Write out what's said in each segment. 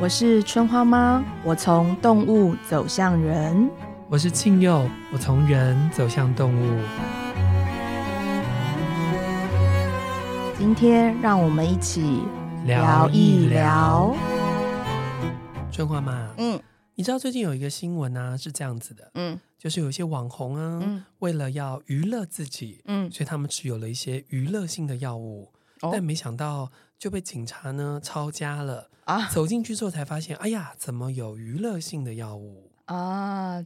我是春花妈，我从动物走向人。我是庆佑，我从人走向动物。今天让我们一起聊一聊，春花妈，嗯你知道最近有一个新闻啊，是这样子的，嗯就是有一些网红啊，嗯为了要娱乐自己，嗯，所以他们持有了一些娱乐性的药物，哦但没想到就被警察呢抄家了。啊走进去之后才发现，哎呀，怎么有娱乐性的药物？啊，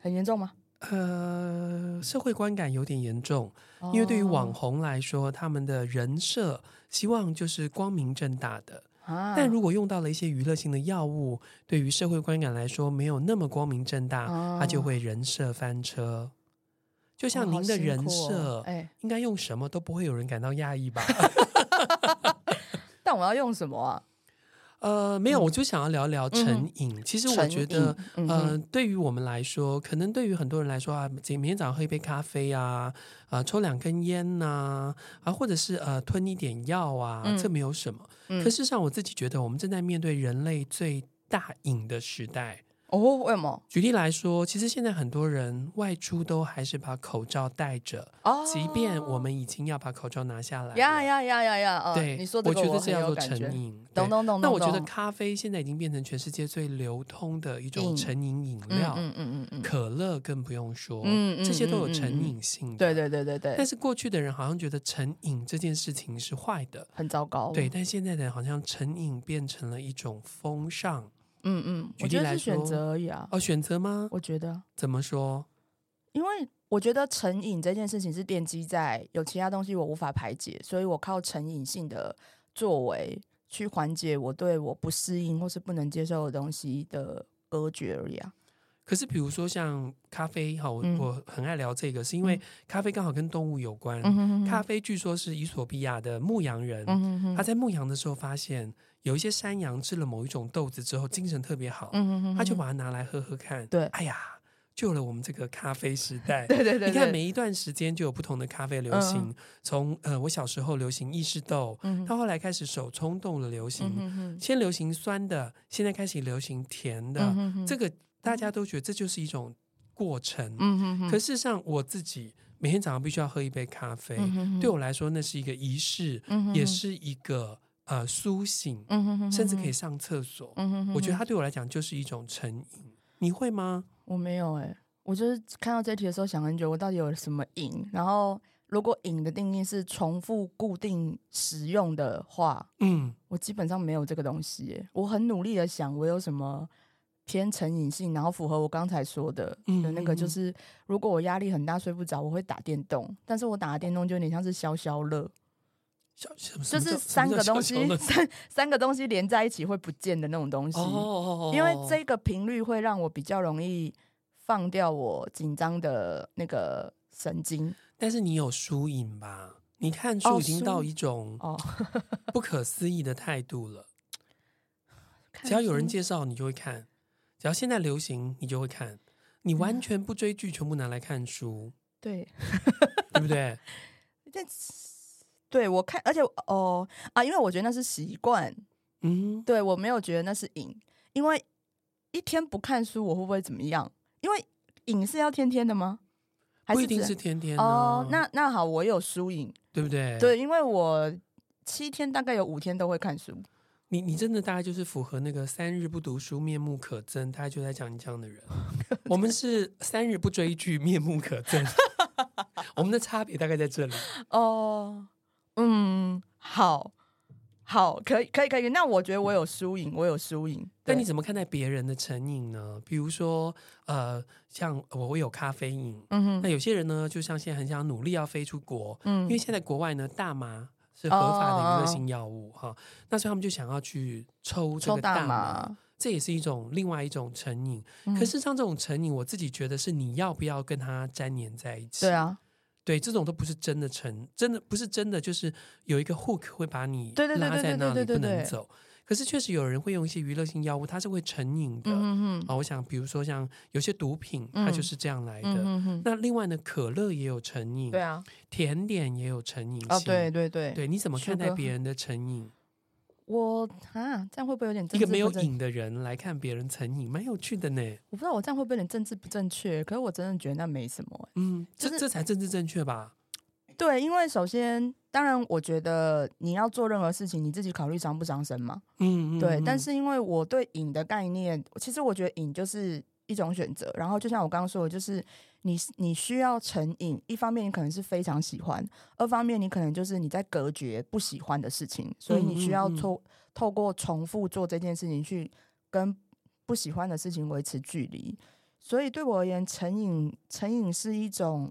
很严重吗？呃，社会观感有点严重，哦因为对于网红来说，他们的人设希望就是光明正大的。哦啊，但如果用到了一些娱乐性的药物，对于社会观感来说没有那么光明正大，他它就会人设翻车。就哦像您的人设，哎，应该用什么都不会有人感到讶异吧？ 但我要用什么啊？呃，没有，我就想要聊聊成瘾。其实我嗯成觉瘾得，嗯呃哼，对于我们来说，可能对于很多人来说啊，每每天早上喝一杯咖啡啊，啊、抽两根烟呐、啊，或者是呃吞一点药啊，嗯这没有什么。嗯可事实上，我自己觉得我们正在面对人类最大瘾的时代。哦，为什么？举例来说，其实现在很多人外出都还是把口罩戴着，哦，即便我们已经要把口罩拿下来了。呀呀呀呀呀，哦对，你说我这个我觉得这很叫有做感觉成，瘾。对懂懂懂懂。那我觉得懂咖啡现在已经变成全世界最流通的一种瘾成瘾饮嗯料，嗯嗯嗯嗯，可乐更不用说，嗯嗯这些都嗯有嗯成嗯瘾性的。对。对对对对，但是过去的人好像觉得成瘾这件事情是坏的，很糟糕。对。，但现在的人好像成瘾变成了一种风尚。嗯嗯，举我觉例得来是选说择而已啊。哦，选择吗？我觉得，怎么说？因为我觉得成瘾这件事情是奠基在有其他东西我无法排解，所以我靠成瘾性的作为去缓解我对我不适应或是不能接受的东西的隔绝而已啊。可是比如说像咖啡，哈，我、嗯我很爱聊这个，是因为嗯咖啡刚好跟动物有关。嗯哼哼哼，咖啡据说是伊索比亚的牧羊人，嗯哼哼，他在牧羊的时候发现，有一些山羊吃了某一种豆子之后精神特别好，嗯哼哼哼，他就把它拿来喝喝看。嗯对哎呀，救了我们这个咖啡时代。对对对，你看对每一段时间就有不同的咖啡流嗯行，从呃我小时候流行意式豆，嗯到后来开始手冲豆的流行，嗯哼哼先流行酸的，现在开始流行甜的，嗯哼哼这个大家都觉得这就是一种过程。嗯哼哼，可事实上，我自己每天早上必须要喝一杯咖啡，嗯哼哼对我来说那是一个仪式，嗯哼也哼是一个呃苏醒，嗯哼哼，甚至可以以，上厕所。嗯哼哼，我觉得哼它对我来讲就是一种成瘾。你会吗？我没有哎、我就是看到这题的时候想很久，我到底有什么瘾？然后如果瘾的定义是重复固定使用的话，嗯，我基本上没有这个东西耶。我很努力的想，我有什么偏成瘾性，然后符合我刚才说的嗯的那个，嗯就嗯是如果我压力很大睡不着，我会打电动，但是我打的电动就有点像是消消乐，小什么就什么是叫三个东西什么叫小小的三三个东西连在一起会不见的那种东西。哦哦，哦因为这个频率会让我比较容易放掉我紧张的那个神经但是你有书瘾吧？你看哦书已经书到一种哦。 不可思议的态度了。只要有人看书，介绍，你就会看；只要现在流行，你就会看。你完全不追剧，全部拿来看书，对，对不对？但是对我看，而且哦啊，因为我觉得那是习惯，嗯，对我没有觉得那是瘾，因为一天不看书我会不会怎么样？因为瘾是要天天的吗？还不是一定只是天天啊哎呢哦，那那好，我有书瘾，对不对？，对，因为我七天大概有五天都会看书，你你真的大概就是符合那个三日不读书，面目可憎，大概就在讲你这样的 人。我们是三日不追剧，面目可憎。 我们的差别大概在这里。哦，嗯，好，好，可以，可以，可以。那我觉得我有输赢，我有输赢。但对你，怎么看待别人的成瘾呢？比如说，呃，像我我有咖啡瘾，嗯那哼，有些人呢，就像现在很想努力要飞出国，嗯哦因为现在国外呢，大麻是合法的娱乐性药物哈、那所以他们就想要去抽这抽个大大麻，这也是一种另外一种成瘾。嗯可是像这种成瘾，我自己觉得是你要不要跟它粘连在一起？对，啊，对，这种都不是真的成，真的不是真的，就是有一个 hook 会把你对对对拉对对在那对里对不能对走。可是确实有人会用一些娱乐性药物，它是会成瘾的。嗯哼哼，啊，我想，比如说像有些毒品，它嗯就是这样来的。嗯哼哼，那另外呢，可乐也有成瘾，对啊，甜点也有成瘾性。啊，对对对，对，你怎么看待 Sugar 别人的成瘾？我啊，这样会不会有点一政治个不没有正瘾的人来看别人成瘾，蛮有趣的呢。我不知道我这样会不会有点政治不正确？可是我真的觉得那没什么、欸。嗯，就这是这才政治正确吧？对，因为首先，当然，我觉得你要做任何事情，你自己考虑伤不伤身嘛。嗯，嗯对，但嗯是因为我对瘾的概念，其实我觉得瘾就是一种选择。然后就像我刚刚说的，就是你你需要成瘾，一方面你可能是非常喜欢，二方面你可能就是你在隔绝不喜欢的事情，所以你需要嗯嗯嗯透透过重复做这件事情去跟不喜欢的事情维持距离。所以对我而言，成瘾成瘾是一种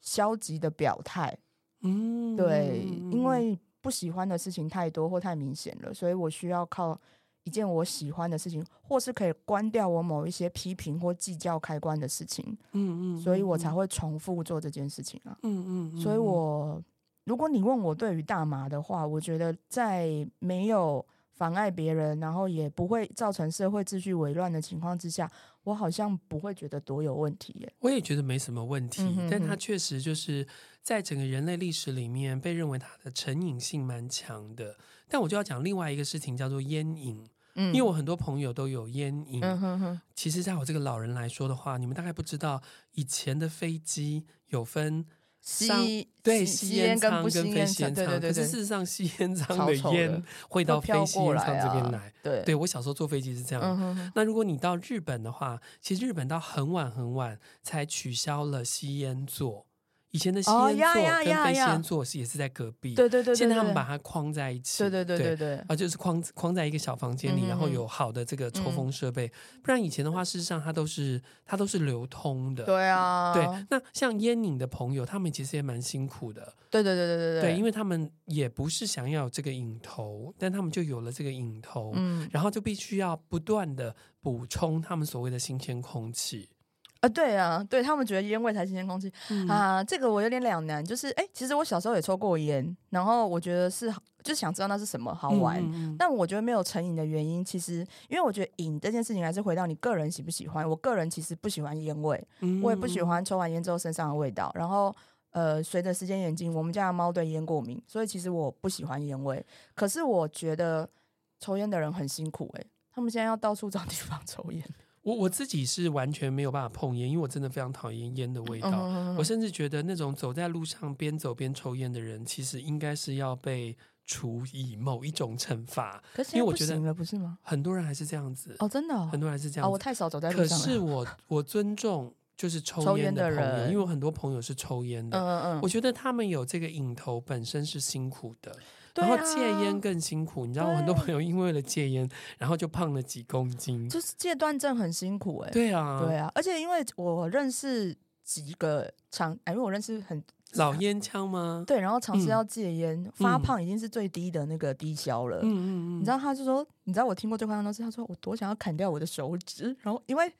消极的表态。嗯，对，嗯因为不喜欢的事情太多或太明显了，所以我需要靠一件我喜欢的事情，或是可以关掉我某一些批评或计较开关的事情，嗯嗯，所以我嗯才会重复做这件事情啊。嗯嗯，所以嗯我，如果你问我对于大麻的话，我觉得在没有妨碍别人，然后也不会造成社会秩序紊乱的情况之下，我好像不会觉得多有问题耶。我也觉得没什么问题，嗯哼但哼它确实就是在整个人类历史里面被认为它的成瘾性蛮强的。但我就要讲另外一个事情，叫做烟瘾，嗯因为我很多朋友都有烟瘾。嗯哼哼，其实，在我这个老人来说的话，你们大概不知道，以前的飞机有分上吸对吸吸烟跟舱不跟吸非烟吸烟舱，对对舱，可对是对，事实上吸烟舱超的臭的烟会到非飘吸过烟来舱这边啊来。对对啊我小时候坐飞机是这样的，嗯哼哼，那如果你到日本的话，其实日本到很晚很晚才取消了吸烟座，以前的吸哦烟呀座呀跟呀非吸呀烟座是也是在隔壁，对对对，现在对他们对把它框在一起，对对对对对，啊，就是框框在一个小房间里，嗯然后嗯嗯嗯有好的这个抽风设备，不然以前的话，事实上它都是它都是流通的。对啊，对那像烟瘾的朋友，他们其实也蛮辛苦的，对对对对对对，因为为他们也不是想要有这个瘾头，但他们就有了这个瘾头，嗯然后就必须要不断的补充他们所谓的新鲜空气。啊对啊，对他们觉得烟味才新鲜空气嗯啊，这个我有点两难，就是哎，其实我小时候也抽过烟，然后我觉得是好就想知道那是什么好玩。嗯嗯但我觉得没有成瘾的原因，其实因为我觉得瘾这件事情还是回到你个人喜不喜欢。我个人其实不喜欢烟味，嗯我也不喜欢抽完烟之后身上的味道。然后，呃，随着时间演进，我们家的猫对烟过敏，所以其实我不喜欢烟味。可是我觉得抽烟的人很辛苦诶、欸他们现在要到处找地方抽 烟。我我自己是完全没有办法碰烟，因为我真的非常讨厌烟的味道。嗯我甚至觉得那种走在路上边走边抽烟的人，其实应该是要被处以某一种惩罚。可是现因为在我不觉得行了，不是吗？很多人还是这样子，哦，真的哦很多人还是这啊，样我子。太少走在路可上了。是我我尊重就是抽抽烟烟的的朋友，人因为我很多朋友是抽烟的，嗯嗯嗯，我觉得他们有这个瘾头本身是辛苦的，对然啊后戒烟更辛苦。你知道，我很多对朋友因为了戒烟，然后就胖了几公斤。就是戒断症很辛苦诶、对啊，对啊，而且因为我认识几个常，哎因为我认识很老烟枪吗？对，然后尝试嗯要戒烟，发嗯胖已经是最低的那个低消了。嗯嗯你嗯，知道，他就说，你知道我听过最夸张的是，他说我多想要砍掉我的手指，然后因为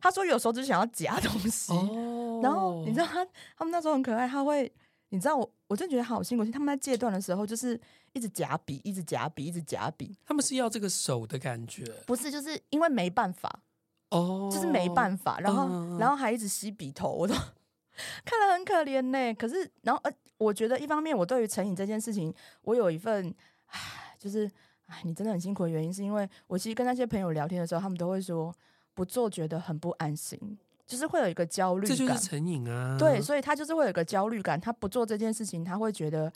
他说有手指想要夹东西，哦，然后你知道他他们那时候很可爱，他会，你知道我我真的觉得好辛苦，他们在戒断的时候就是一直夹笔，一直夹笔，一直夹笔，他们是要这个手的感觉不是就是因为没办法，哦，就是没办法。法，然后、嗯嗯嗯然后还一直吸鼻头，我都 看了很可怜呢、可是，然后呃，我觉得一方面我对于成瘾这件事情，我有一份，唉，就是唉，你真的很辛苦的原因，是因为我其实跟那些朋友聊天的时候，他们都会说不做觉得很不安心，就是会有一个焦虑这就感是。成瘾啊！对，所以他就是会有一个焦虑感，他不做这件事情，他会觉得。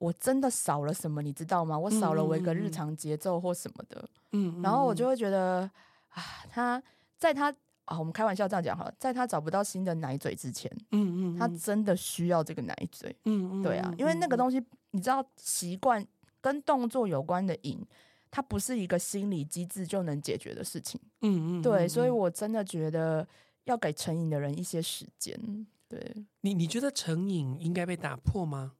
我真的少了什么，你知道吗？我少了我一个嗯嗯嗯日嗯常节奏或什么的。嗯，嗯然后我就嗯会觉得啊，他在他啊，我们开玩笑这样讲好了，在他找不到新的奶嘴之前，嗯嗯，他嗯真的需要这个奶嘴。嗯嗯，对啊，因为那个西东西，你知道，习惯跟动作有关的瘾，它不是一个心理机制就能解决的事情。嗯嗯，对，嗯所以嗯我真的觉得要给成瘾的人一些时间。对，你你觉得成瘾应该被打破吗？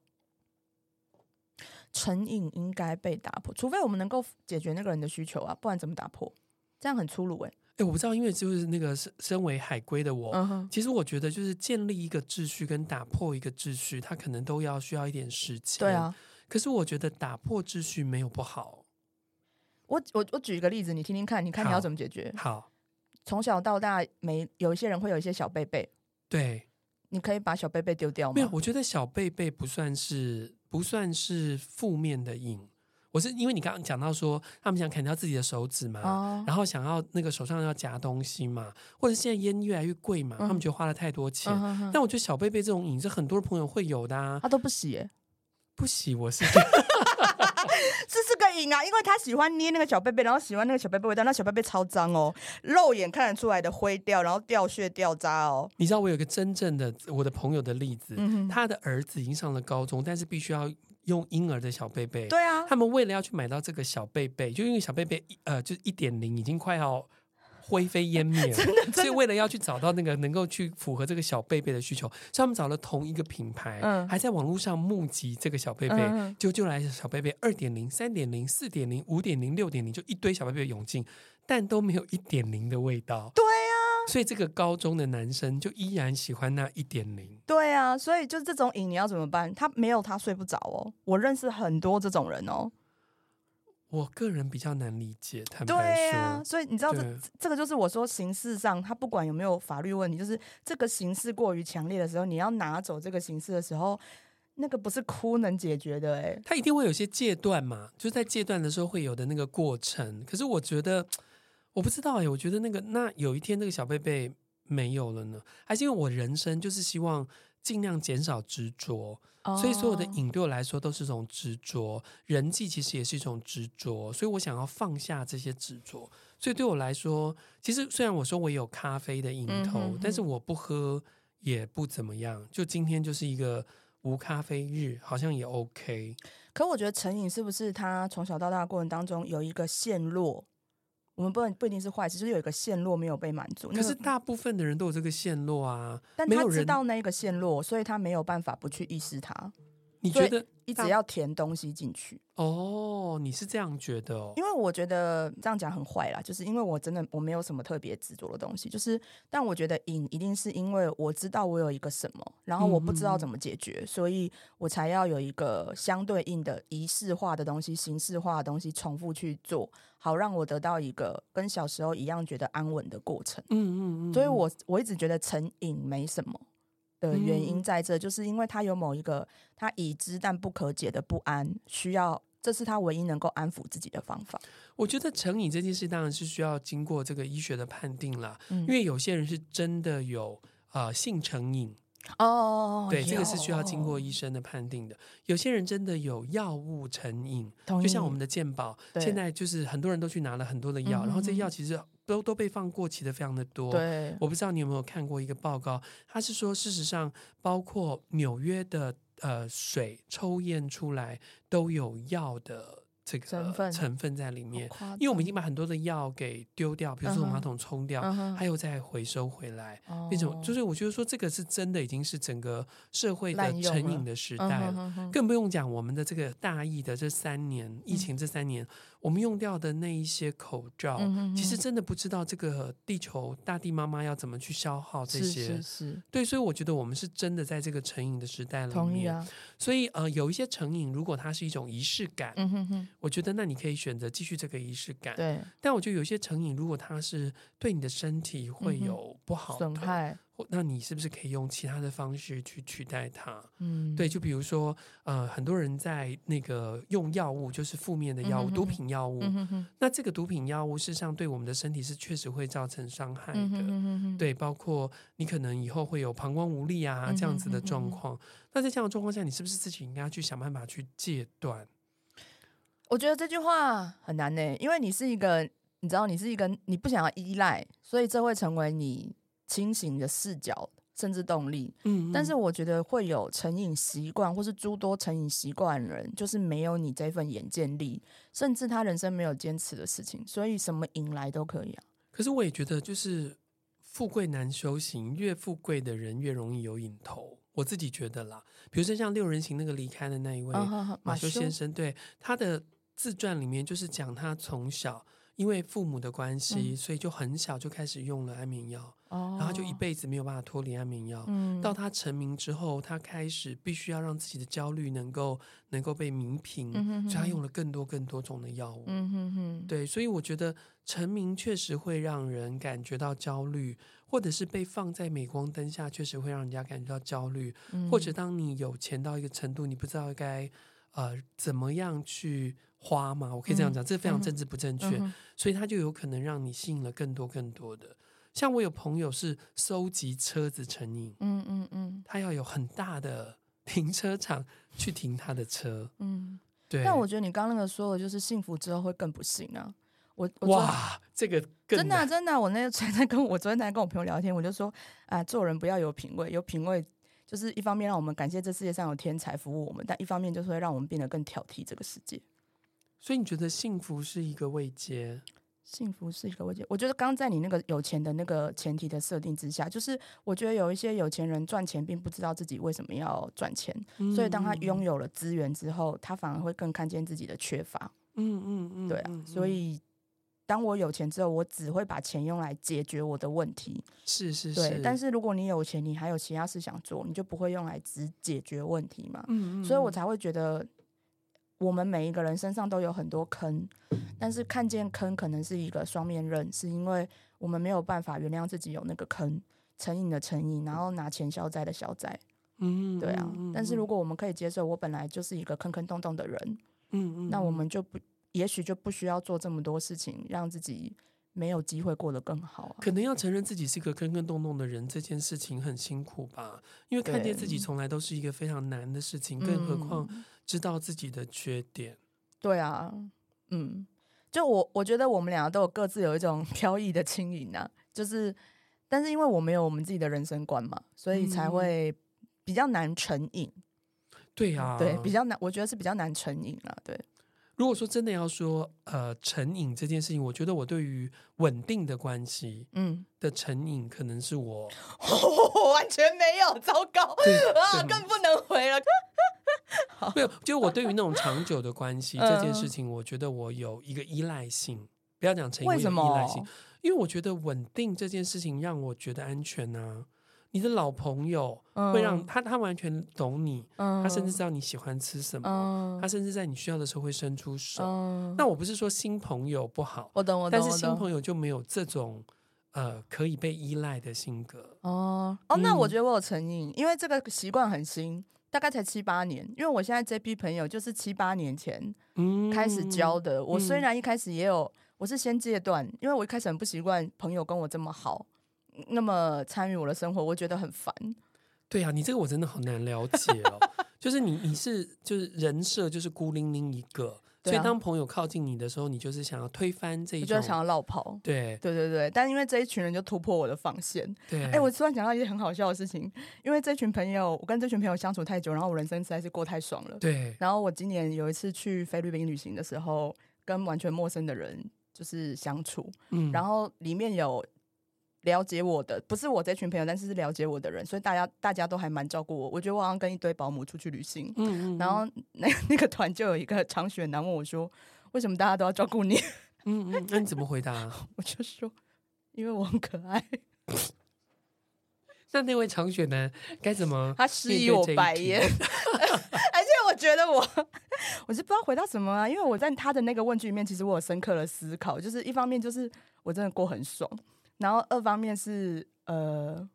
成瘾应该被打破，除非我们能够解决那个人的需求啊，不然怎么打破？这样很粗鲁哎、哎，我不知道，因为就是那个身身为海归的我，嗯哼，其实我觉得，就是建立一个秩序跟打破一个秩序，它可能都要需要一点时间。对啊，。可是我觉得打破秩序没有不好。我我我举一个例子，你听听看，你看你要好怎么解决？好，从小到大，每有一些人会有一些小贝贝，对，你可以把小贝贝丢掉没有，吗？我觉得小贝贝不算是不算是负面的瘾。我我是因为你刚刚讲到说，他们想砍掉自己的手指嘛，哦，然后想要那个手上要夹东西嘛，或者现在烟越来越贵嘛，他们觉得花了太多钱。嗯哼哼但我觉得小贝贝这种瘾是很多朋友会有的、啊，他都不洗耶，不洗我是这是个瘾啊，因为他喜欢捏那个小贝贝，然后喜欢那个小贝贝味道，那小贝贝超脏哦，肉眼看得出来的灰掉，然后掉屑掉渣哦。 你知道我有一个真正的我的朋友的例子，嗯哼，他的儿子已经上了高中，但是必须要用婴儿的小贝贝。对啊，他们为了要去买到这个小贝贝，就因为小贝贝一呃，就是一点零已经快要灰飞烟灭 了，所以为了要去找到那个能够去符合这个小贝贝的需求，所以他们找了同一个品牌，嗯还在网络上募集这个小贝贝，嗯嗯就就来小贝贝二点零、三点零、四点零、五点零、六点零，就一堆小贝贝涌进，但都没有一点零的味道。对啊，所以这个高中的男生就依然喜欢那一点零，对啊，所以就是这种瘾你要怎么办？他没有他睡不着哦，我认识很多这种人哦。我个人比较难理解。坦白对说，啊，所以你知道这对这这个就是我说形式上，他不管有没有法律问题，就是这个形式过于强烈的时候，你要拿走这个形式的时候，那个不是哭能解决的哎、它一定会有些戒断嘛，就在戒断的时候会有的那个过程。可是我觉得，我不知道哎、我觉得那个那有一天那个小贝贝没有了呢，还是因为我人生就是希望尽量减少执着，所以所有的哦瘾对我来说都是一种执着，人际其实也是一种执着，所以我想要放下这些执着。所以对我来说，其实虽然我说我有咖啡的瘾头，嗯哼哼但是我不喝也不怎么样。就今天就是一个无咖啡日，好像也 OK。可我觉得成瘾是不是他从小到大的过程当中有一个陷落？我们不能不一定是坏事，就是有一个陷落没有被满足。那可是个大部分的人都有这个陷落啊，但没他有知人。道那个陷落，所以他没有办法不去意识它，你所觉以得一大直要填东西进去。哦？你是这样觉得哦？因为我觉得这样讲很坏啦，就是因为我真的我没有什么特别执着的东西，就是但我觉得瘾一定是因为我知道我有一个什么，然后我不知嗯道怎么解决，所以我才要有一个相对应的仪式化的东西、形式化的东西重复去做，好让我得到一个跟小时候一样觉得安稳的过程。嗯嗯嗯，所以嗯我我一直觉得成瘾没什么的原因嗯在这，就是因为他有某一个他已知但不可解的不安，需要这是他唯一能够安抚自己的方法。我觉得成瘾这件事当然是需要经过这个医学的判定啦，嗯因为有些人是真的有呃性成瘾，哦，对，这个是需要经过有哦医生的判定的。有些人真的有药物成瘾，同就像意我们的健保，哦对嗯现在就是很多人都去拿了很多的药，然后这些药其实都都被放过期的非常的多。对，我不知道你有没有看过一个报告，它是说，事实上包括纽约的呃水抽验出来都有药的这个成分成分在里面，好夸因为我们已张经把很多的药给丢掉，比如嗯哼说从马桶冲掉，嗯哼还有再回收回来，变成哦就是我觉得说这个是真的已经是整个社会的滥用成了瘾的时嗯代哼了。哼哼更不用讲我们的这个大疫的这三年，嗯疫情这三年，我们用掉的那一些口罩，嗯哼其实哼真的不知道这个地球大地妈妈要怎么去消耗这是些。是是，对，所以我觉得我们是真的在这个成瘾的时代里面。同意啊，所以呃，有一些成瘾，如果它是一种仪式感，嗯哼哼，我觉得那你可以选择继续这个仪式感。对，但我觉得有一些成瘾，如果它是对你的身体会嗯哼有不好的损，害，或那你是不是可以用其他的方式去取代它？嗯，对，就比如说，呃，很多人在那个用药物，就是负面的药物，嗯哼毒哼品药物。嗯哼哼，那这个毒品药物事实上对我们的身体是确实会造成伤害的。嗯哼哼哼哼，对，包括你可能以后会有膀胱无力啊这样子的嗯状哼哼哼况。那在这样的状况下，你是不是自己应该去想办法去戒断？我觉得这句话很难呢，因为你是一个，你知道，你是一个，你不想要依赖，所以这会成为你清醒的视角。甚至动力，嗯但是我觉得会有成瘾习惯，或是诸多成瘾习惯的人，就是没有你这份眼见力，甚至他人生没有坚持的事情，所以什么引来都可以啊。可是我也觉得，就是富贵难修行，越富贵的人越容易有瘾头。我自己觉得啦，比如说像六人行那个离开的那一位、啊哈哈马修先生，生，对他的自传里面就是讲他从小因为父母的关系，嗯所以就很小就开始用了安眠药，然然后就一，辈子没有办法脱离安眠药。哦嗯到他成名之后，他开始必须要让自己的焦虑能够能够被弥平，嗯哼所以他哼用了更多更多种的药物。嗯哼哼，对，所以我觉得成名确实会让人感觉到焦虑，或者是被放在镁光灯下，确实会让人家感觉到焦虑。嗯，或者当你有钱到一个程度，你不知道该呃怎么样去花吗？我可以这样嗯讲，这非常嗯政治不正确，嗯哼所以它就有可能让你吸引了更多更多的。像我有朋友是收集车子成瘾，嗯嗯嗯他要有很大的 停车场去停他的车。嗯。对，但我觉得你刚刚那个说的，就是幸福之后会更不幸啊。我我昨哇，这个更真的啊、难真的啊、我那个昨 天在跟我昨天在跟我朋友聊天，我就说啊，做人不要有品味，有品味就是一方面让我们感谢这世界上有天才服务我们，但一方面就是会让我们变得更挑剔这个世界。所以你觉得幸福是一个慰藉？幸福是一个慰藉，我觉得刚刚在你那个有钱的那个前提的设定之下，就是我觉得有一些有钱人赚钱并不知道自己为什么要赚钱，所以当他拥有，有了资源之后，他反而会更看见自己的缺乏。嗯嗯嗯，对啊嗯，所以当我有钱之后，我只会把钱用来解决我的问题。嗯是是对，但是是如果你有钱，你还有其他事想做，你就不会用来只解决问题嘛。嗯，嗯所以我嗯才会觉得，我们每一个人身上都有很多坑，但是看见坑可能是一个双面刃，是因为我们没有办法原谅自己有那个坑，成瘾的成瘾，然后拿钱消灾的消灾，嗯，对啊嗯。但是如，嗯果我们可以接受，我本来就是一个坑坑洞洞的人，嗯嗯，那我嗯们就不，也许就不需要做这么多事情，让自己没有机会过得更好啊。可能要承认自己是个坑坑洞洞的人，这件事情很辛苦吧？因为看见自己对从来都是一个非常难的事情，更何况嗯知道自己的缺点。对啊，嗯，就我我觉得我们两个都有各自有一种 飘逸的轻盈啊，就是，但是因为我们有我们自己的人生观嘛，所以才嗯会比较难成瘾，对啊，对，比较难，我觉得是比较难成瘾啊，对，如果说真的要说呃成瘾这件事情，我觉得我对于稳定的关系 嗯，的成瘾，可能 是我完全没有，糟糕对啊，对更不能回了，没有，就是我对于那种长久的关系 嗯这件事情，我觉得我有一个依赖性。不要讲成瘾，我为有什依么赖性？因为我觉得稳定这件事情让我觉得安全啊。你的老朋友会让嗯他，他完全懂你，嗯他甚至知道你喜欢吃什么，嗯他甚至在你需要的时候会伸出手。嗯，那我不是说新朋友不好，我懂我懂，但是我新懂朋友就没有这种呃可以被依赖的性格。哦哦，那我嗯觉得我有成瘾，因为这个习惯很新，大概才七八年。因为我现在这批朋友就是七八年前嗯开始交的。我虽嗯然一开始也有，我是先戒断，因为我一开始很不习惯朋友跟我这么好，那么参与我的生活，我觉得很烦。对啊，你这个我真的好难了解 哦。就是你你是就是人设就是孤零零一个，对所以啊当朋友靠近你的时候，你就是想要推翻这一我种就。想要绕跑。对对对对，但因为这一群人就突破我的防线。对，哎、我突然想到一件很好笑的事情，因为这群朋友，我跟这群朋友相处太久，然后我人生实在是过太爽了。对然后我今年有一次去菲律宾旅行的时候，跟完全陌生的人就是相处，嗯，然后里面有了解我的，不是我这群朋友，但是是了解我的人，所以大家大家都还蛮照顾我。我觉得我好像跟一堆保姆出去旅行，嗯嗯，然后那 那个团就有一个长雪男问我说：“为什么大家都要照顾你 嗯嗯嗯，那你怎么回答、？”我就说：“因为我很可爱。那那位长雪男该怎么”？他示面意对我这一白题 眼， 而且我觉得我我是不知道回答什么啊，因为我在他的那个问句里面，其实我有深刻的思考，就是一方面就是我真的过很爽，然后二方面是呃，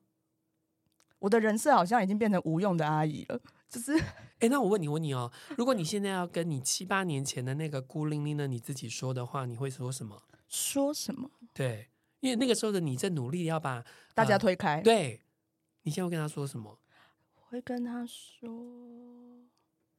我的人设好像已经变成无用的阿姨了，就是哎，那我问你，问你哦，如果你现在要跟你七八年前的那个孤零零的你自己说的话，你会 说什么？说什么对，因为那个时候的你正努力要把大家呃推开，对，你现在会跟他说什么？我会跟他说。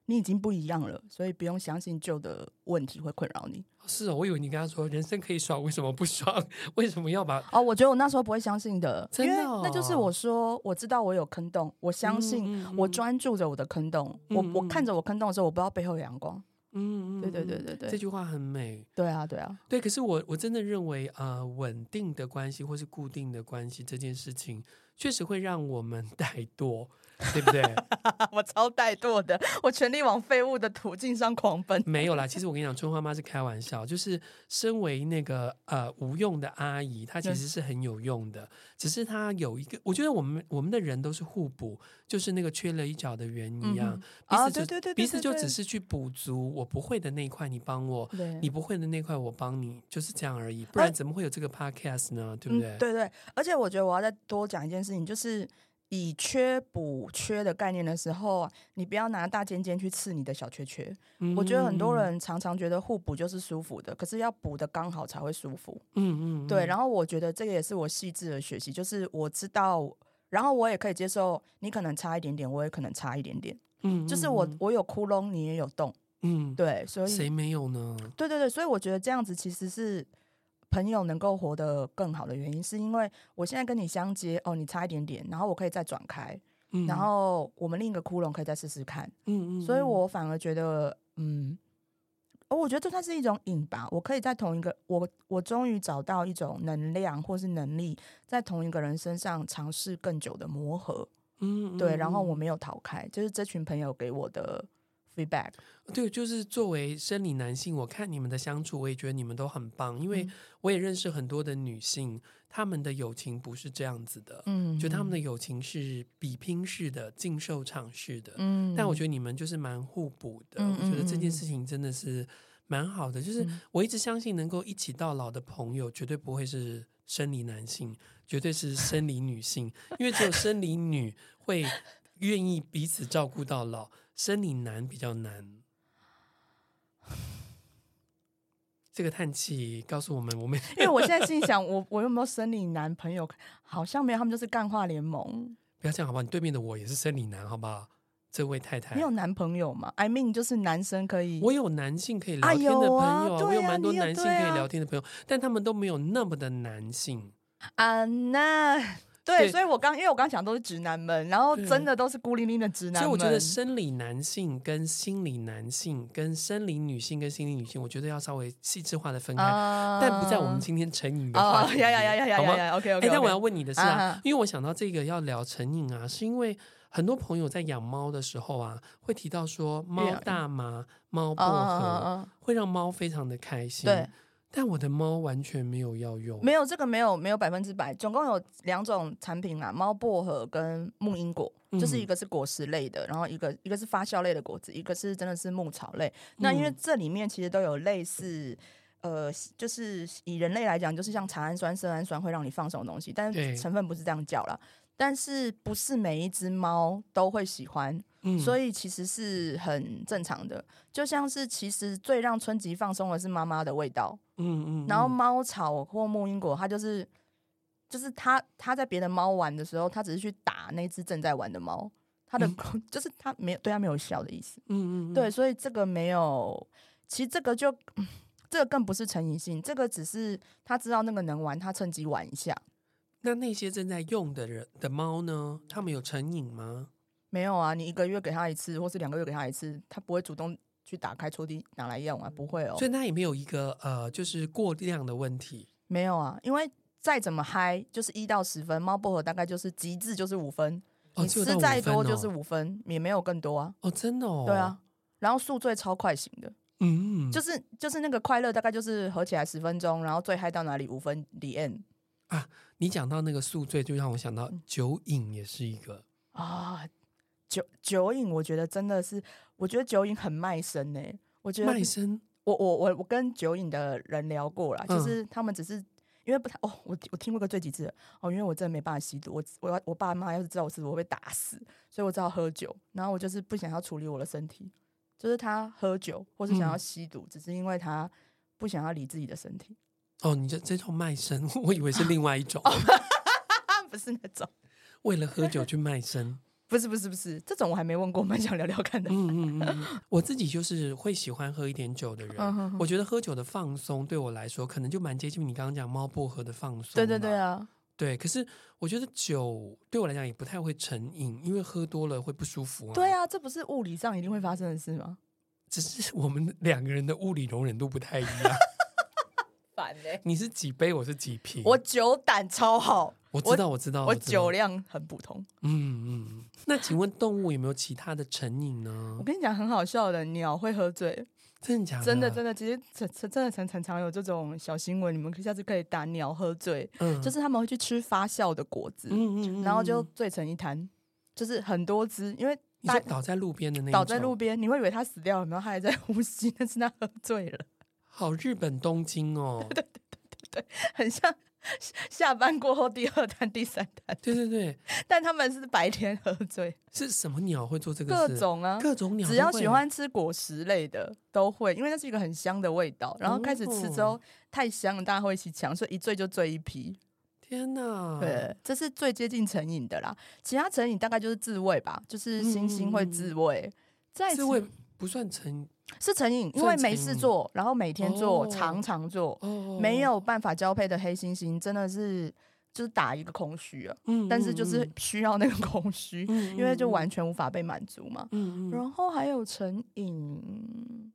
你已经不一样了，所以不用相信旧的问题会困扰你。是哦，我以为你跟他说人生可以爽，为什么不爽？ 为什么要把？哦，我觉得我那时候不会相信的，真的因为那就是哦我说我知道我有坑洞，我相信嗯嗯我嗯专注着我的坑洞，嗯我嗯我看着我坑洞的时候，我不知道背后有阳光。嗯对对对对对这句话很美。对啊，对 啊，对，可是我我真的认为，呃，稳定的关系或是固定的关系这件事情，确实会让我们 怠惰，对不对？我超怠惰的，我全力往废物的途径上狂奔。没有啦，其实我跟你讲，春花妈是开玩笑，就是身为那个呃无用的阿姨，她其对实是很有用的，只是她有一个，我觉得我们我们的人都是互补，就是那个缺了一角的圆一样，嗯彼啊此就、对对对对彼此对就对只是去补足我不会的那一块，你帮我。对哦你不会的那块我帮你，就是这样而已，嗯不然怎么会有这个 podcast 呢？对不对？嗯？对对，而且我觉得我要再多讲一件事情，就是。以缺补缺的概念的时候，啊你不要拿大尖尖去刺你的小缺缺。嗯我觉得很多人常常觉得互补就是舒服的，可是要补的刚好才会舒服。嗯，嗯嗯，对，后然后我觉得这个也是我细致的学习，就是我知道，然后我也可以接受你可能差一点点，我也可能差一点点，嗯，就是我嗯我有窟窿，你也有洞，嗯，对，所以谁没有呢？对对对，所以我觉得这样子其实是朋友能够活得更好的原因，是因为我现在跟你相接，哦，你差一点点，然后我可以再转开，嗯，然后我们另一个窟窿可以再试试看，嗯，嗯嗯，所以我反而觉得，嗯，哦，我觉得这算是一种瘾吧。我可以在同一个我，我终于找到一种能量或是能力，在同一个人身上尝试更久的磨合，嗯，嗯对，然后嗯我没有逃开，就是这群朋友给我的 feedback，对，就是作为生理男性，我看你们的相处，我也觉得你们都很棒，因为嗯我也认识很多的女性，她们的友情不是这样子的，嗯，就她们的友情是比拼式的、竞售场式的。嗯，嗯，但我觉得你们就是蛮互补的，嗯我觉得这件嗯嗯事情真的是蛮好的。就是 嗯我一直相信，能够一起到老的朋友，绝对不会是生理男性，绝对是生理女性，因为只有生理女会愿意彼此照顾到老，生理男比较难。这个叹气告诉我们，我们因为我现在心里想，我我有没有生理男朋友？好像没有，他们就是干话联盟。不要这样好不好？你对面的我也是生理男，好不好？这位太太你，有男朋友吗？I mean，就是男生可以，我有男性可以聊啊天的有朋友啊我对有啊蛮多你有男性可对以啊聊天的朋友，但他们都没有那么的男性。啊，那对对，所以我刚因为我刚讲都是直男们，然后对真的都是孤零零的直男所以们。我觉得生理男性跟心理男性、跟生理女性跟心理女性，我觉得要稍微细致化的分开，啊但不在我们今天成瘾的话哦，题里呀呀呀呀呀好呀吗？呀，OK 哎、 OK。但我要问你的是啊，啊哈因为我想到这个要聊成瘾啊，是因为很多朋友在养猫的时候啊，会提到说猫养大麻、猫薄荷、啊，会让猫非常的开心。对，，但我的猫完全没有要用，没有这个没有没有百分之百，总共有两种产品啦，猫薄荷跟木英果，就是嗯一个是果实类的，然后一个一个是发酵类的果子，一个是真的是牧草类。那因为嗯这里面其实都有类似。呃，就是以人类来讲，就是像茶氨酸、色氨酸会让你放松的东西，但对是成分不是这样叫啦。但是不是每一只猫都会喜欢，嗯所以以其实是很正常的。就像是其实最让春吉放松的是妈妈的味道，嗯嗯，然后嗯猫草或木英果，它就是就是它它在别的猫玩的时候，它只是去打那只正在玩的猫，它的、 就是它没有对它没有笑的意思。嗯嗯嗯对，所以这个没有，其实这个就、嗯这个更不是成瘾性，这个只是他知道那个能玩，他趁机玩一下。那那些正在用的人的猫呢？它们有成瘾吗？没有啊，你一个月给他一次，或是两个月给他一次，他不会主动去打开抽屉拿来用啊，不会哦所。以它也没有一个呃，就是过量的问题。没有啊，因为再怎么嗨，就是一到十分，猫薄荷大概就是极致就是五分，哦，你只有吃到再五分多就是哦五分，也没有更多啊。哦，真的哦。对，啊，然后宿醉超快型的，嗯，就是是就是那个快乐大概就是合起来十分钟，然后最嗨到哪里五分 the end 你讲到那个宿醉，就让我想到酒瘾也是一个。啊。酒酒瘾，我觉得真的是，我觉得酒瘾很卖身呢、我觉得卖身我我我我跟酒瘾的人聊过啦，就嗯是他们只是因为不太哦，我我听过个最极致的哦，因为我真的没办法吸毒，我我要我爸妈要是知道我是我会被打死，所以我只好喝酒，然后我就是不想要处理我的身体，就是他喝酒或是想要嗯吸毒，只是因为他不想要理自己的身体，哦，你这这种卖身， 我以为是另外一哦种，啊，不是那种，为了喝酒去卖身。不是不是不是，这种我还没问过，蛮想聊聊看的，嗯嗯嗯嗯，我自己就是会喜欢喝一点酒的人。嗯 哼哼我觉得喝酒的放松对我来说，可能就蛮接近你刚刚讲猫薄荷的放松。对对对。啊，对，可是我觉得酒对我来讲也不太会成瘾，因为喝多了会不舒服啊。对，啊，这不是物理上一定会发生的事吗？只是我们两个人的物理容忍度不太一样。 烦欸嘞、你是几杯，我是几瓶。我酒胆超好，我知哦道，我知道，我知道酒。量很普通。嗯嗯嗯。那请问动物有没有其他的成瘾呢我？跟你讲，很好笑的，鸟会喝醉，真的假的？真的真的，的。其实真真真的常常常有这种小新闻，你们下次可以打鸟喝醉，嗯就是他们会去吃发酵的果子，嗯嗯嗯然后就嗯醉成一滩，就是很多只，因为你说大倒在路边的那一倒在路种，边，你会以为它死掉了，然后它还在呼吸，但是它喝醉了， 好日本东京哦。很像下班过后第二 单、第三单，对对对，但他们是白天喝醉，是什么鸟会做这个各事？种啊，各种鸟只都要会喜欢吃果实类的都会，因为那是一个很香的味道。然后开始吃之后、哦太香了，大家会一起抢，所以一醉就醉一批。天哪！对，这是最接近成瘾的啦。其他成瘾大概就是自慰吧，就是星星会自慰，再嗯自次慰不算成是成瘾，因为算没成事瘾做，然后每天做，哦常常做，哦，没有办法交配的黑猩猩真的是就是打一个空虚啊，嗯，嗯，但是就是需要那个 空虚，嗯，因为就嗯，完全无法被满足嘛。嗯嗯嗯，然后还有成瘾，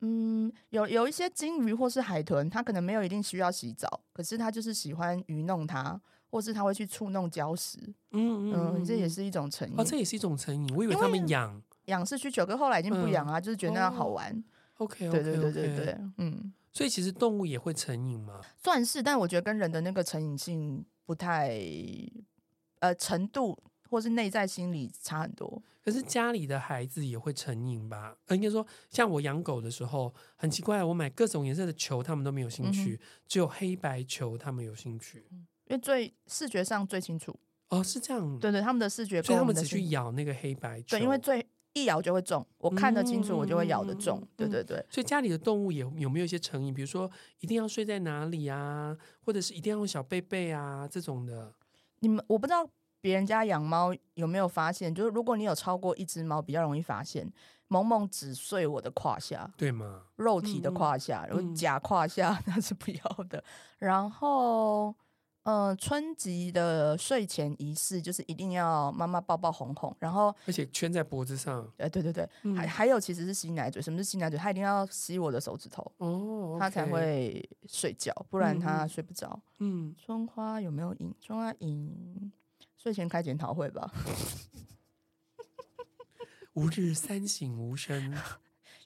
嗯，有有一些金鱼或是海豚，它可能没有一定需要洗澡，可是它就是喜欢愚弄它，或是它会去触弄礁石，嗯嗯，这也嗯是一种成瘾。哦，这也是一种成瘾。我以为因他为们养养是需求，可是后来已经不养嗯啊，就是觉得那样好哦玩。 ，OK，对对对对对，嗯，所以其实动物也会成瘾嘛。算是，但我觉得跟人的那个成瘾性不太，呃，程度或是内在心理差很多。可是家里的孩子也会成瘾吧？呃，应该说，像我养狗的时候，很奇怪，我买各种颜色的球，他们都没有兴嗯趣，只有黑白球他们有兴趣。因为最视觉上最清楚，哦，是这样，，对对，他们的视觉所跟以他我们们只的视去咬那个黑白球。对，因为最一咬就会中，我看得清楚，我就会咬得中。嗯对对对，所以家里的动物也有没有一些成瘾？比如说一定要睡在哪里啊，或者是一定要用小被被啊这种的。你们我不知道别人家养猫有没有发现，就是如果你有超过一只猫，比较容易发现。萌萌只睡我的胯下，对吗？肉体的嗯嗯胯下，然后嗯假胯下 那是不要的。然后，呃，春集的睡前仪式就是一定要妈妈抱抱哄哄，然后，而且圈在脖子上，呃，对对对，嗯还还有其实是吸奶嘴，什么是吸奶嘴？它一定要吸我的手指头，哦，它才 OK，会睡觉，不然它嗯嗯睡不着。嗯，春花有没有赢？春花赢睡前开检讨会吧， 吾日三省吾身。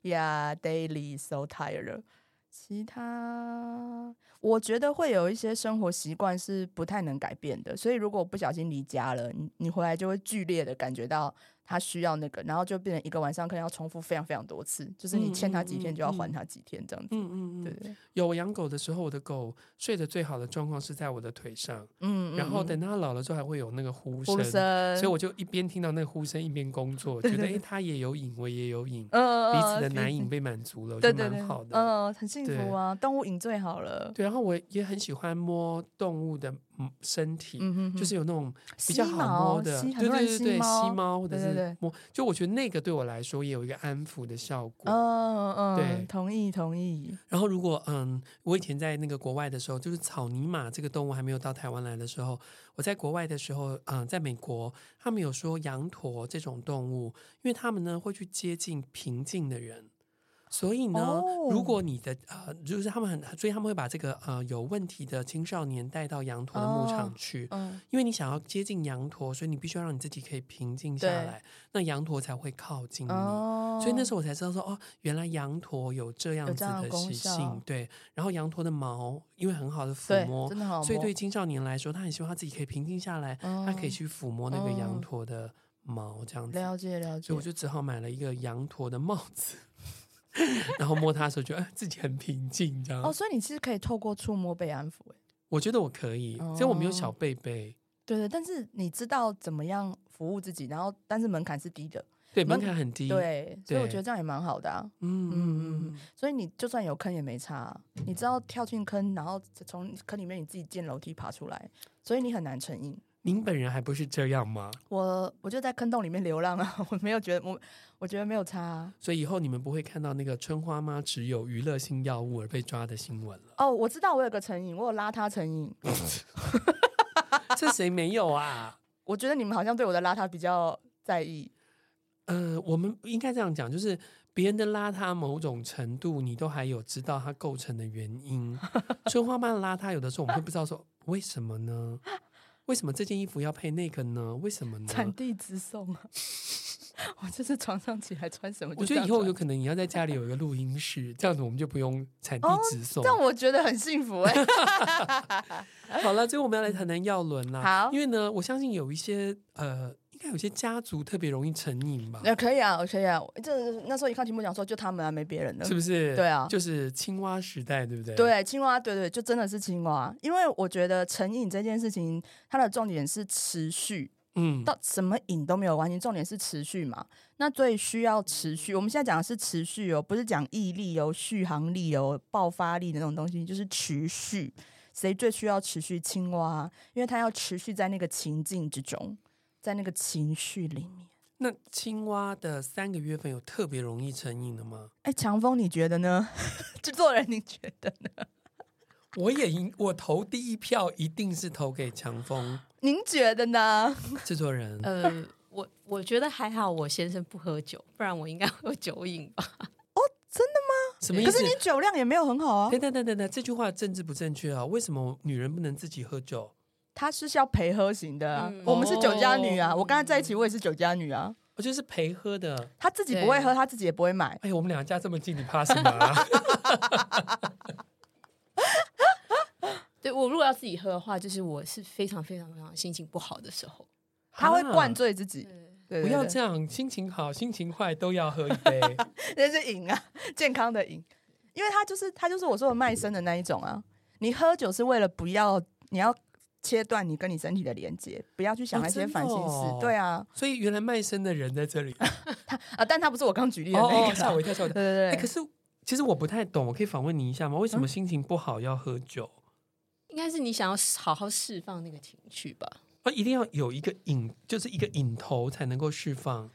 Yeah, daily so tired。其他，我觉得会有一些生活习惯是不太能改变的，所以如果不小心离家了，你你回来就会剧烈的感觉到他需要那个，然后就变成一个晚上可能要重复非常非常多次，就是你欠他几天就要还他几天这样子。嗯嗯嗯，对对，有我养狗的时候，我的狗睡得最好的状况是在我的腿上，嗯，然后嗯等它老了之后还会有那个呼声，呼声，所以我就一边听到那个呼声一边工作， 觉得哎，诶它也有瘾，我也有瘾，呃彼此的男影，瘾被满足了，我对觉得对对蛮好，的。嗯，很幸福啊，动物瘾最好了。对，然后我也很喜欢摸动物的嗯身体，嗯哼哼，就是有那种吸比较好毛，摸的，吸很对多人对对吸对，吸猫，猫或者对对是对摸，就我觉得那个对我来说也有一个安抚的效果。嗯对嗯，同意同意。然后，如果嗯，我以前在那个国外的时候，就是草泥马这个动物还没有到台湾来的时候，我在国外的时候，嗯，在美国，他们有说羊驼这种动物，因为他们呢会去接近平静的人，所以呢，哦如果你的呃，就是他们很，所以他们会把这个呃有问题的青少年带到羊驼的牧场哦去，嗯因为你想要接近羊驼，所以你必须要让你自己可以平静下对来，那羊驼才会靠近你。哦，嗯所以那时候我才知道说，哦，原来羊驼有这样有子这样的功习性效，对。然后羊驼的毛，因为很好的抚对摸，真的好摸，所以对青少年来说，他很希望他自己可以平静下来，嗯他可以去抚摸那个羊嗯驼的毛这样子。了解了所以解我。就只好买了一个羊驼的帽子， 然后摸它的时候觉得、哎自己很平静这样。哦，所以你其实可以透过触摸被安抚，欸我觉得我可以，虽然我没有小哦贝贝，对对，但是你知道怎么样服务自己，然后但是门槛是低的，对门门槛很低，，对，所以我对觉得这样也蛮好的啊。嗯嗯嗯，所以你就算有坑也没差啊，你知道跳进坑，然后从坑里面你自己建楼梯爬出来，所以你很难成瘾。您本人还不是这样吗？我我就在坑洞里面流浪啊， 我没有觉得我我觉得没有差啊。所以以后你们不会看到那个春花妈只有娱乐性药物而被抓的新闻 了。哦，我知道我有个成瘾，我有邋遢成瘾，这谁没 有啊？我觉得你们好像对我的邋遢比较在意。呃，我们应该这样讲，就是别人的邋遢某种程度，你都还有知道它构成的原 因。春花妈的邋遢，有的时候我们会不知道说为什么呢？为什么这件衣服要配那个呢？为什么产呢？地直送 啊！我就是床上起来穿什么就我觉这得样以穿，后有可能你要在家里有一个录音室，这样子我们就不用产地哦直送。但我觉得很幸福哎、 好了，最后我们要来谈谈药轮啦。好因为呢，我相信有一些呃，应应该有些家族特别容易成瘾吧？那、可以啊，可以啊。这那时候一看题目讲说，就他们啊，没别人了是。不是？对啊就是青蛙时代，对不对？，对，青蛙，对对，就真的是青蛙。因为我觉得成瘾这件事情，它的重点是持续，嗯，到什么瘾都没有关系，重点是持续嘛。那最需要持续，我们现在讲的是持续哦，不是讲毅力哦、续航力哦、爆发力的那种东西，就是持续。谁最需要持续？青蛙啊，因为它要持续在那个情境之中，在那个情绪里面。那青蛙的三个月份有特别容易成瘾的吗？哎，强风，你觉得呢？ 制作人，你觉得呢？我也赢，我投第一票一定是投给 强风您觉得呢？制作人。呃，我我觉得还好，我先生不喝酒，不然我应该会有酒瘾吧。 什么意可思？哎是你酒量也没有很好啊等。等等等等，这句话政治不正确啊？为什么女人不能自己喝酒？她是要陪喝型的、啊，嗯我们是酒家女啊。哦我跟她在一起，我也是酒家女啊。我哦就是陪喝的。她自己不会喝，对她自己也不会买。哎呀，我们两家这么近，你怕什么、 啊？对我如果要自己喝的话，就是我是非常非常非常心情不好的时候。她会灌醉。醉自己。对啊不对要对这样，心情好、心情坏都要喝一 杯。那是瘾啊，健康的瘾，因为他就是他就是我说的卖身的那一种啊。你喝酒是为了不要，你要切断你跟你身体的连接，不要去想哦那些真的烦心事。哦对啊，所以原来卖身的人在 这里。啊，但他不是我刚举例的那哦个哦，吓啊。我一跳，吓对我一跳。对哎，对，可是其实我不太懂，我可以访问你一下吗？为什么心情不好要喝酒？应该是你想要好好释放那个情绪吧？哦，一定要有一个瘾，就是一个瘾头才能够释放。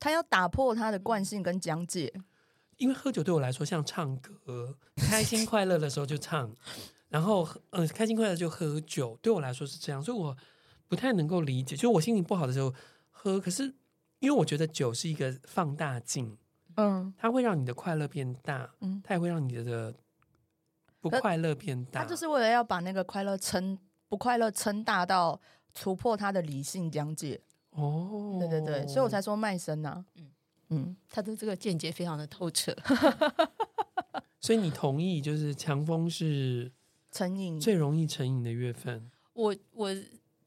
他要打破他的惯性跟疆界。因为喝酒对我来说像唱歌，开心快乐的时候就 唱，然后呃开心快乐就喝酒，对我来说是这样，所以我不太能够理解，就是我心情不好的时候喝，可是因为我觉得酒是一个放大镜，嗯，它会让你的快乐变大，嗯它也会让你的不快乐变大，他就是为了要把那个快乐撑不快乐撑大到突破他的理性疆界。哦，对对对，所以我才说卖身呐、啊。嗯嗯嗯。他的这个见解非常的透彻。 所以你同意就是强风是成瘾最容易成瘾的月份，我我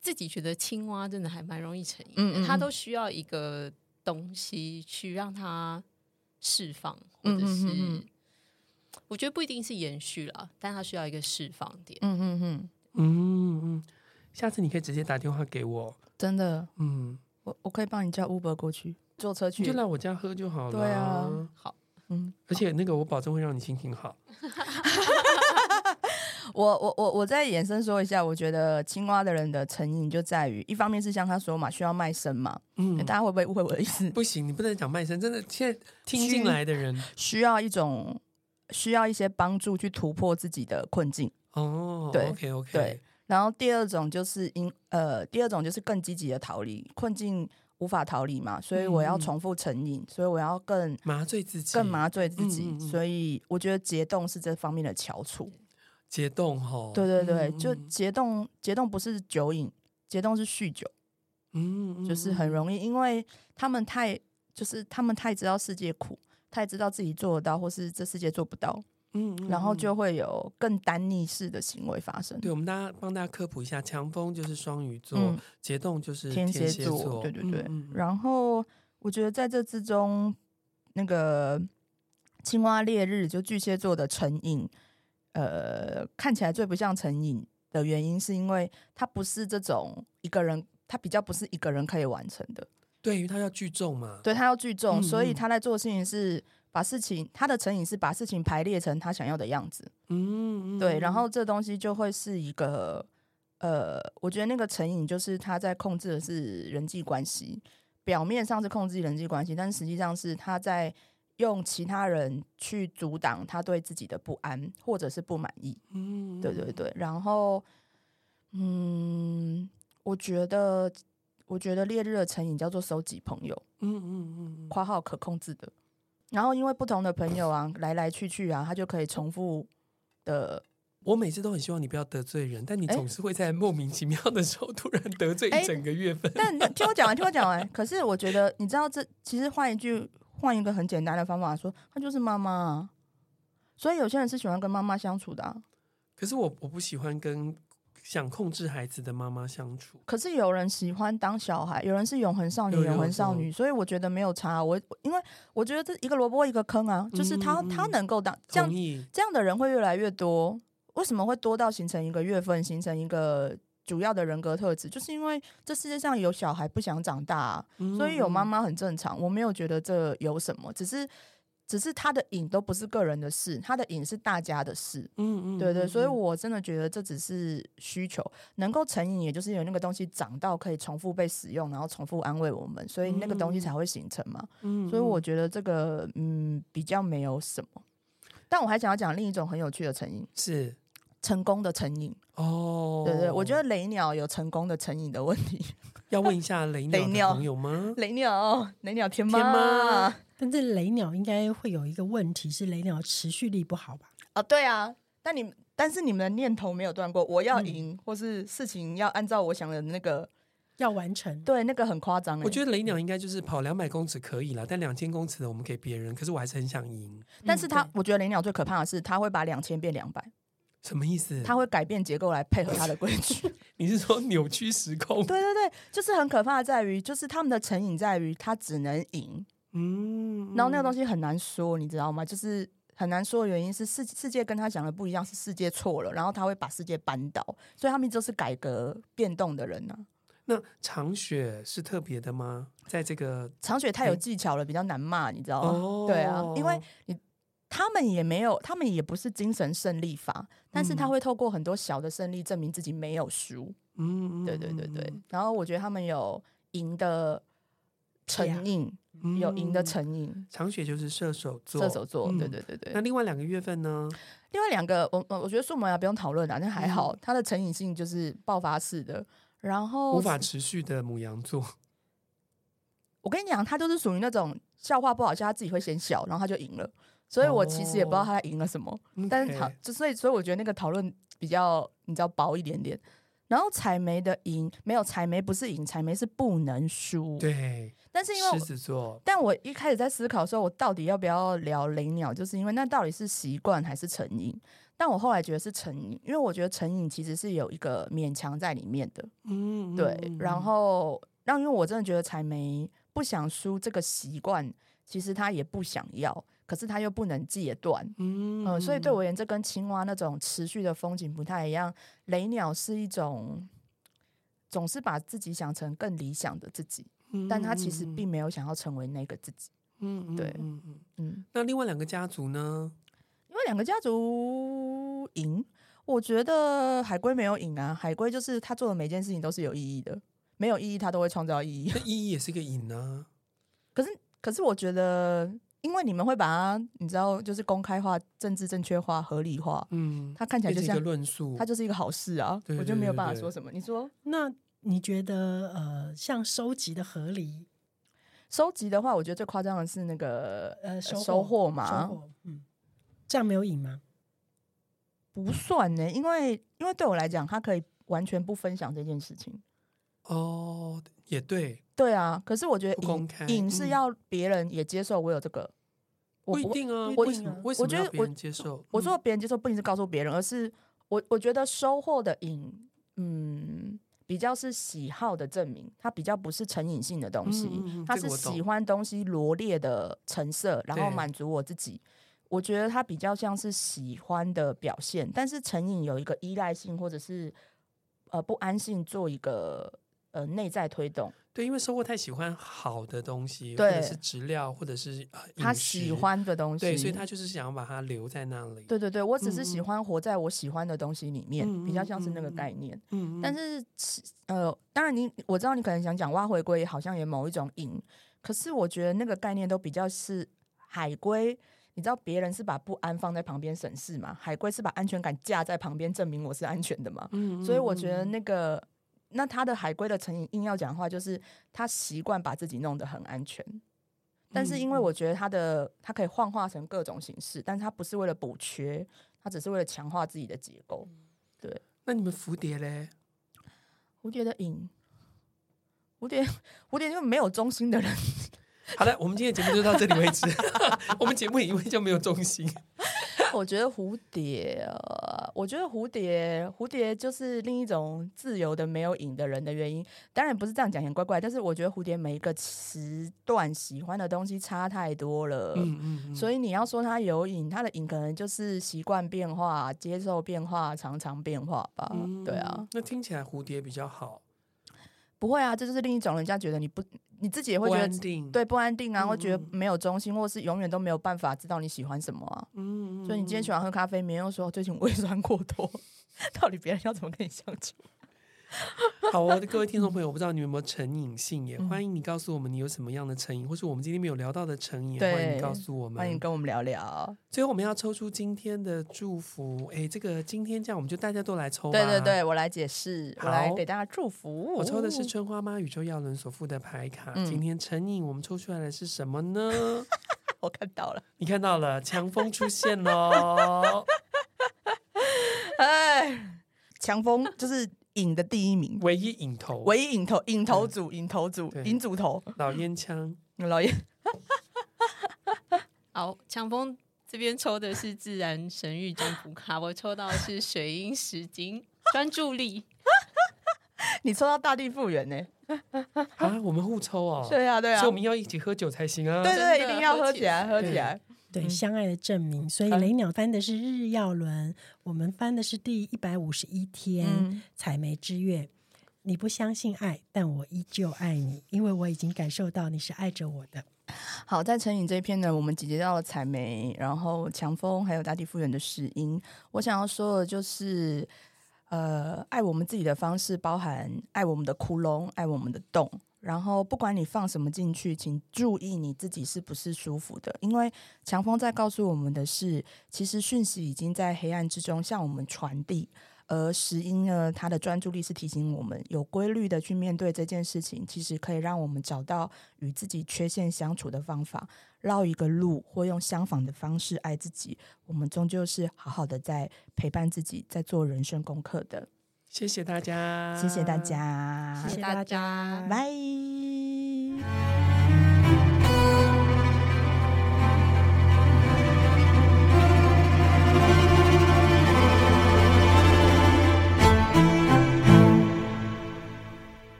自己觉得青蛙真的还蛮容易成瘾的，嗯嗯嗯它都需要一个东西去让它释放，或嗯者嗯是、嗯嗯我觉得不一定是延续啦，但它需要一个释放点。嗯嗯嗯，嗯嗯，下次你可以直接打电话给我，真的，嗯。我我可以帮你叫 Uber 过去，坐车你去就。来我家喝就好了。对啊，好，嗯，而且那个我保证会让你心情好。我我我我再延伸说一下，我觉得青蛙的人的成瘾就在于，一方面是像他说嘛，需要卖身嘛，嗯，哎大家会不会误会我的意思？ 不行，你不能讲卖身，真的，现在听虚进来的人需要一种需要一些帮助去突破自己的困境。哦，对，OK OK，对，然后第二种就是因呃，第二种就是更积极的逃离困境，无法逃离嘛，所以我要嗯重复成瘾，所以我要更麻醉自己，更麻醉自己，嗯嗯嗯所以我觉得结冻是这方面的翘楚。解冻吼。对对对，嗯就嗯结冻，结冻不是酒瘾，结冻是酗酒，嗯，嗯就是很容易，因为他们太就是他们太知道世界苦，太知道自己做得到，或是这世界做不到，嗯，嗯然后。嗯就会有更单逆式的行为发生。对，我们大家帮大家科普一下，强风就是双鱼座，嗯，解冻就是天蝎蝎座，对对对。嗯嗯嗯然后我觉得在这之中，那个青蛙烈日就巨蟹座的成瘾，呃，看起来最不像成瘾的原因，是因为它不是这种一个人，它比较不是一个人可以完成的，对，因为它要聚众嘛，对他要聚众，嗯所以嗯他在做的事情是。把事情，他的成瘾是把事情排列成他想要的样子，嗯，嗯对，嗯然后这东西就会是一个，呃，我觉得那个成瘾就是他在控制的是人际关系，表面上是控制人际关系，但实际上是他在用其他人去阻挡他对自己的不安或者是不满意。嗯，嗯对对，对，然后，嗯，我觉得，我觉得烈日的成瘾叫做收集朋友。嗯嗯嗯嗯，括号可控制的。然后因为不同的朋友啊，来来去去啊，他就可以重复的。我每次都很希望你不要得罪人，但你哎总是会在莫名其妙的时候突然得罪哎一整个月份。 但你听我讲完，听我讲完。可是我觉得，你知道这其实换一句，换一个很简单的方法说，他就是妈妈、啊。所以有些人是喜欢跟妈妈相处的、啊，可是我我不喜欢跟想控制孩子的妈妈相处。可是有人喜欢当小孩，有人是永恒少女、有永恒少有女，所以我觉得没有差。啊我我因为我觉得这一个萝卜一个坑啊，就是他、嗯他嗯能够当这样同意，这样的人会越来越多。为什么会多到形成一个月份，形成一个主要的人格特质？就是因为这世界上有小孩不想长大啊、所以有妈妈妈很正常。我没有觉得这有什么，只是只是他的瘾都不是个人的事，他的瘾是大家的事。嗯嗯，对对，嗯所以嗯我真的觉得这只是需求，能够成瘾，也就是有那个东西长到可以重复被使用，然后重复安慰我们，所以那个东西才会形成嘛。嗯所以我嗯觉得这个嗯比较没有什么。但我还想要讲另一种很有趣的成瘾，是成功的成瘾。哦，对对，我觉得雷鸟有成功的成瘾的问题。 要问一下雷雷鸟鸟的朋友吗？雷鸟，雷鸟天天妈妈但这雷鸟应该会有一个问题是雷鸟持续力不好吧？啊，对啊，但你但是你们的念头没有断过，我要赢，或是事情要按照我想的那个，要完成，对，那个很夸张、欸。我觉得雷鸟应该就是跑两百公尺可以啦，但两千公尺的我们给别人，可是我还是很想赢，但是他，对我觉得雷鸟最可怕的是，他会把两千变两百，什么意思？他会改变结构来配合他的规 矩。你是说扭曲时空？对对对，就是很可怕的在于，就是他们的成瘾在于他只能赢，嗯，然后那个嗯东西很难说，你知道吗？就是很难说的原因是世世界跟他想的不一样，是世界错了，然后他会把世界扳倒，所以他们就是改革变动的人呢、那长雪是特别的吗？在这个长雪太有技巧了，比较难骂，你知道吗？哦对啊，因为他们也没有，他们也不是精神胜利法，但是他嗯会透过很多小的胜利证明自己没有输。嗯，嗯对对对对嗯。然后我觉得他们有赢的成瘾，嗯有赢的成瘾。长雪就是射手座，射手座，对嗯对对对那。另外两个月份呢？另外两个，我我我觉得树萌芽不用讨论啦，那还好，嗯它的成瘾性就是爆发式的。然后无法持续的母羊座，我跟你讲，他就是属于那种笑话不好笑，他自己会先笑，然后他就赢了。所以我其实也不知道他赢了什么，但是好哦 OK，就所以所以我觉得那个讨论比较你知道薄一点点。然后采梅的赢没有采梅不是赢，采梅是不能输。对但是因为我狮子座，但我一开始在思考说，我到底要不要聊雷鸟，就是因为那到底是习惯还是成瘾？但我后来觉得是成瘾，因为我觉得成瘾其实是有一个勉强在里面的。嗯，嗯对，嗯然嗯后让因为我真的觉得采梅不想输这个习惯，其实他也不想要，可是他又不能戒断。嗯嗯、所以对嗯我而言，这跟青蛙那种持续的风景不太一样。雷鸟是一种总是把自己想成更理想的自己，嗯但他其实嗯嗯并没有想要成为那个自己。嗯，嗯对嗯嗯。嗯，那另外两个家族呢？因为两个家族赢，我觉得海龟没有赢啊。海龟就是他做的每件事情都是有意义的，没有意义他都会创造意义。 那意义也是个瘾啊，可是，可是我觉得，因为你们会把它，你知道，就是公开化、政治正确化、合理化，嗯，它看起来变就成一像个论述它，就是一个好事啊。对我就没有对对办法对说什么。你说那你觉得呃，像收集的河狸，收集的话，我觉得最夸张的是那个呃，收收获收嘛，获，嗯，这样没有瘾吗？不算呢、因为因为对我来讲，它可以完全不分享这件事情。哦，也对，对啊，可是我觉得不公影开影嗯是要别人也接受我有这个，我不一不定啊，不一为什定么啊为什我么觉要得别我人接受？我嗯说别人接受不一定是告诉别人，而是我我觉得收获的影，嗯，比较是喜好的证明，它比较不是成瘾性的东西，嗯嗯嗯它这个是我懂喜欢东西罗列的成色，然后对满足我自己。我觉得它比较像是喜欢的表现，但是成瘾有一个依赖性或者是呃不安性做一个呃内在推动。对，因为收获太喜欢好的东西，或者对是质料，或者是呃他饮喜食欢的东西，对，所以他就是想要把它留在那里。，对对对，我只是嗯喜嗯欢活在我喜欢的东西里面，嗯比较嗯像是那个嗯嗯概念。嗯但是是其呃，当然你我知道你可能想讲挖回归，好像也某一种瘾，可是我觉得那个概念都比较是海龟。你知道别人是把不安放在旁边审视嘛？海龟是把安全感架在旁边，证明我是安全的嘛？嗯所以我觉得那个，那他的海龟的成瘾硬要讲的话，就是他习惯把自己弄得很安全。但是嗯因为我觉得他的他可以幻化成各种形式，但是他不是为了补缺，他只是为了强化自己的结构。嗯那你们蝴蝶嘞？蝴蝶的瘾，蝴蝶 蝴蝶就没有中心的人， 好的，我们今天的节目就到这里为止。我们节目因为就没有重心，我觉得蝴蝶、呃，我觉得蝴蝶，蝴蝶就是另一种自由的没有瘾的人的原因。当然不是这样讲，很怪怪。但是我觉得蝴蝶每一个时段喜欢的东西差太多了。嗯嗯嗯，所以以你要说它有瘾，它的瘾可能就是习惯变化、接受变化、常常变化吧。对啊，，嗯那听起来蝴蝶比较好，不会啊，这就是另一种人家觉得你不你自己也会不觉安得定，，对不安定啊，嗯会觉得嗯没有中心，或是永远都没有办法知道你喜欢什么啊。嗯所以你今天喜欢欢喝咖啡，明天又说最近胃酸过多， 到底别人要怎么跟你相处？ 好哦，各位听众朋友，我不知道你们有没有成瘾性耶，嗯欢迎你告诉我们你有什么样的成瘾，或是我们今天没有聊到的成瘾，对欢迎你告诉我欢迎们。跟我们聊聊。最后我们要抽出今天的祝福，哎，这个今天这样我们就大家都来抽吧。对对对，我来解释，我来好给大家祝福。我抽的是春花妈宇宙耀伦所附的牌卡。嗯今天成瘾，我们抽出来的是什么呢？ 我看到 了，你看到了，强风出现喽，哎，强风就是瘾的第一名，唯一引头，唯一瘾头瘾头组瘾头组对瘾组头，老烟枪。老爷 好，强风这边抽的是自然神域占卜卡，我抽到的是水晶石晶专注力。你抽到大地复原呢？啊，我们互抽哦。对啊对啊所以我，们要一起喝酒才行啊。对对，真的一定要喝喝起起来来喝起来。对，嗯相爱的证明。所以嗯雷鸟翻的是日曜轮，我们翻的是第一百五十一天、嗯采梅之月。你不相信爱，但我依旧爱你，因为我已经感受到你是爱着我的。好，在成瘾这一篇呢，我们集结到了采梅，然后强风，还有大地复原的石英。我想要说的就是，呃，爱我们自己的方式，包含爱我们的窟窿，爱我们的洞。然后，不管你放什么进去，请注意你自己是不是舒服的，因为强风在告诉我们的是，其实讯息已经在黑暗之中向我们传递。而石英呢，它的专注力是提醒我们有规律的去面对这件事情，其实可以让我们找到与自己缺陷相处的方法，绕一个路或用相仿的方式爱自己，我们终究是好好的在陪伴自己，在做人生功课的。谢谢大家，啊谢谢大。家谢，谢大家，拜。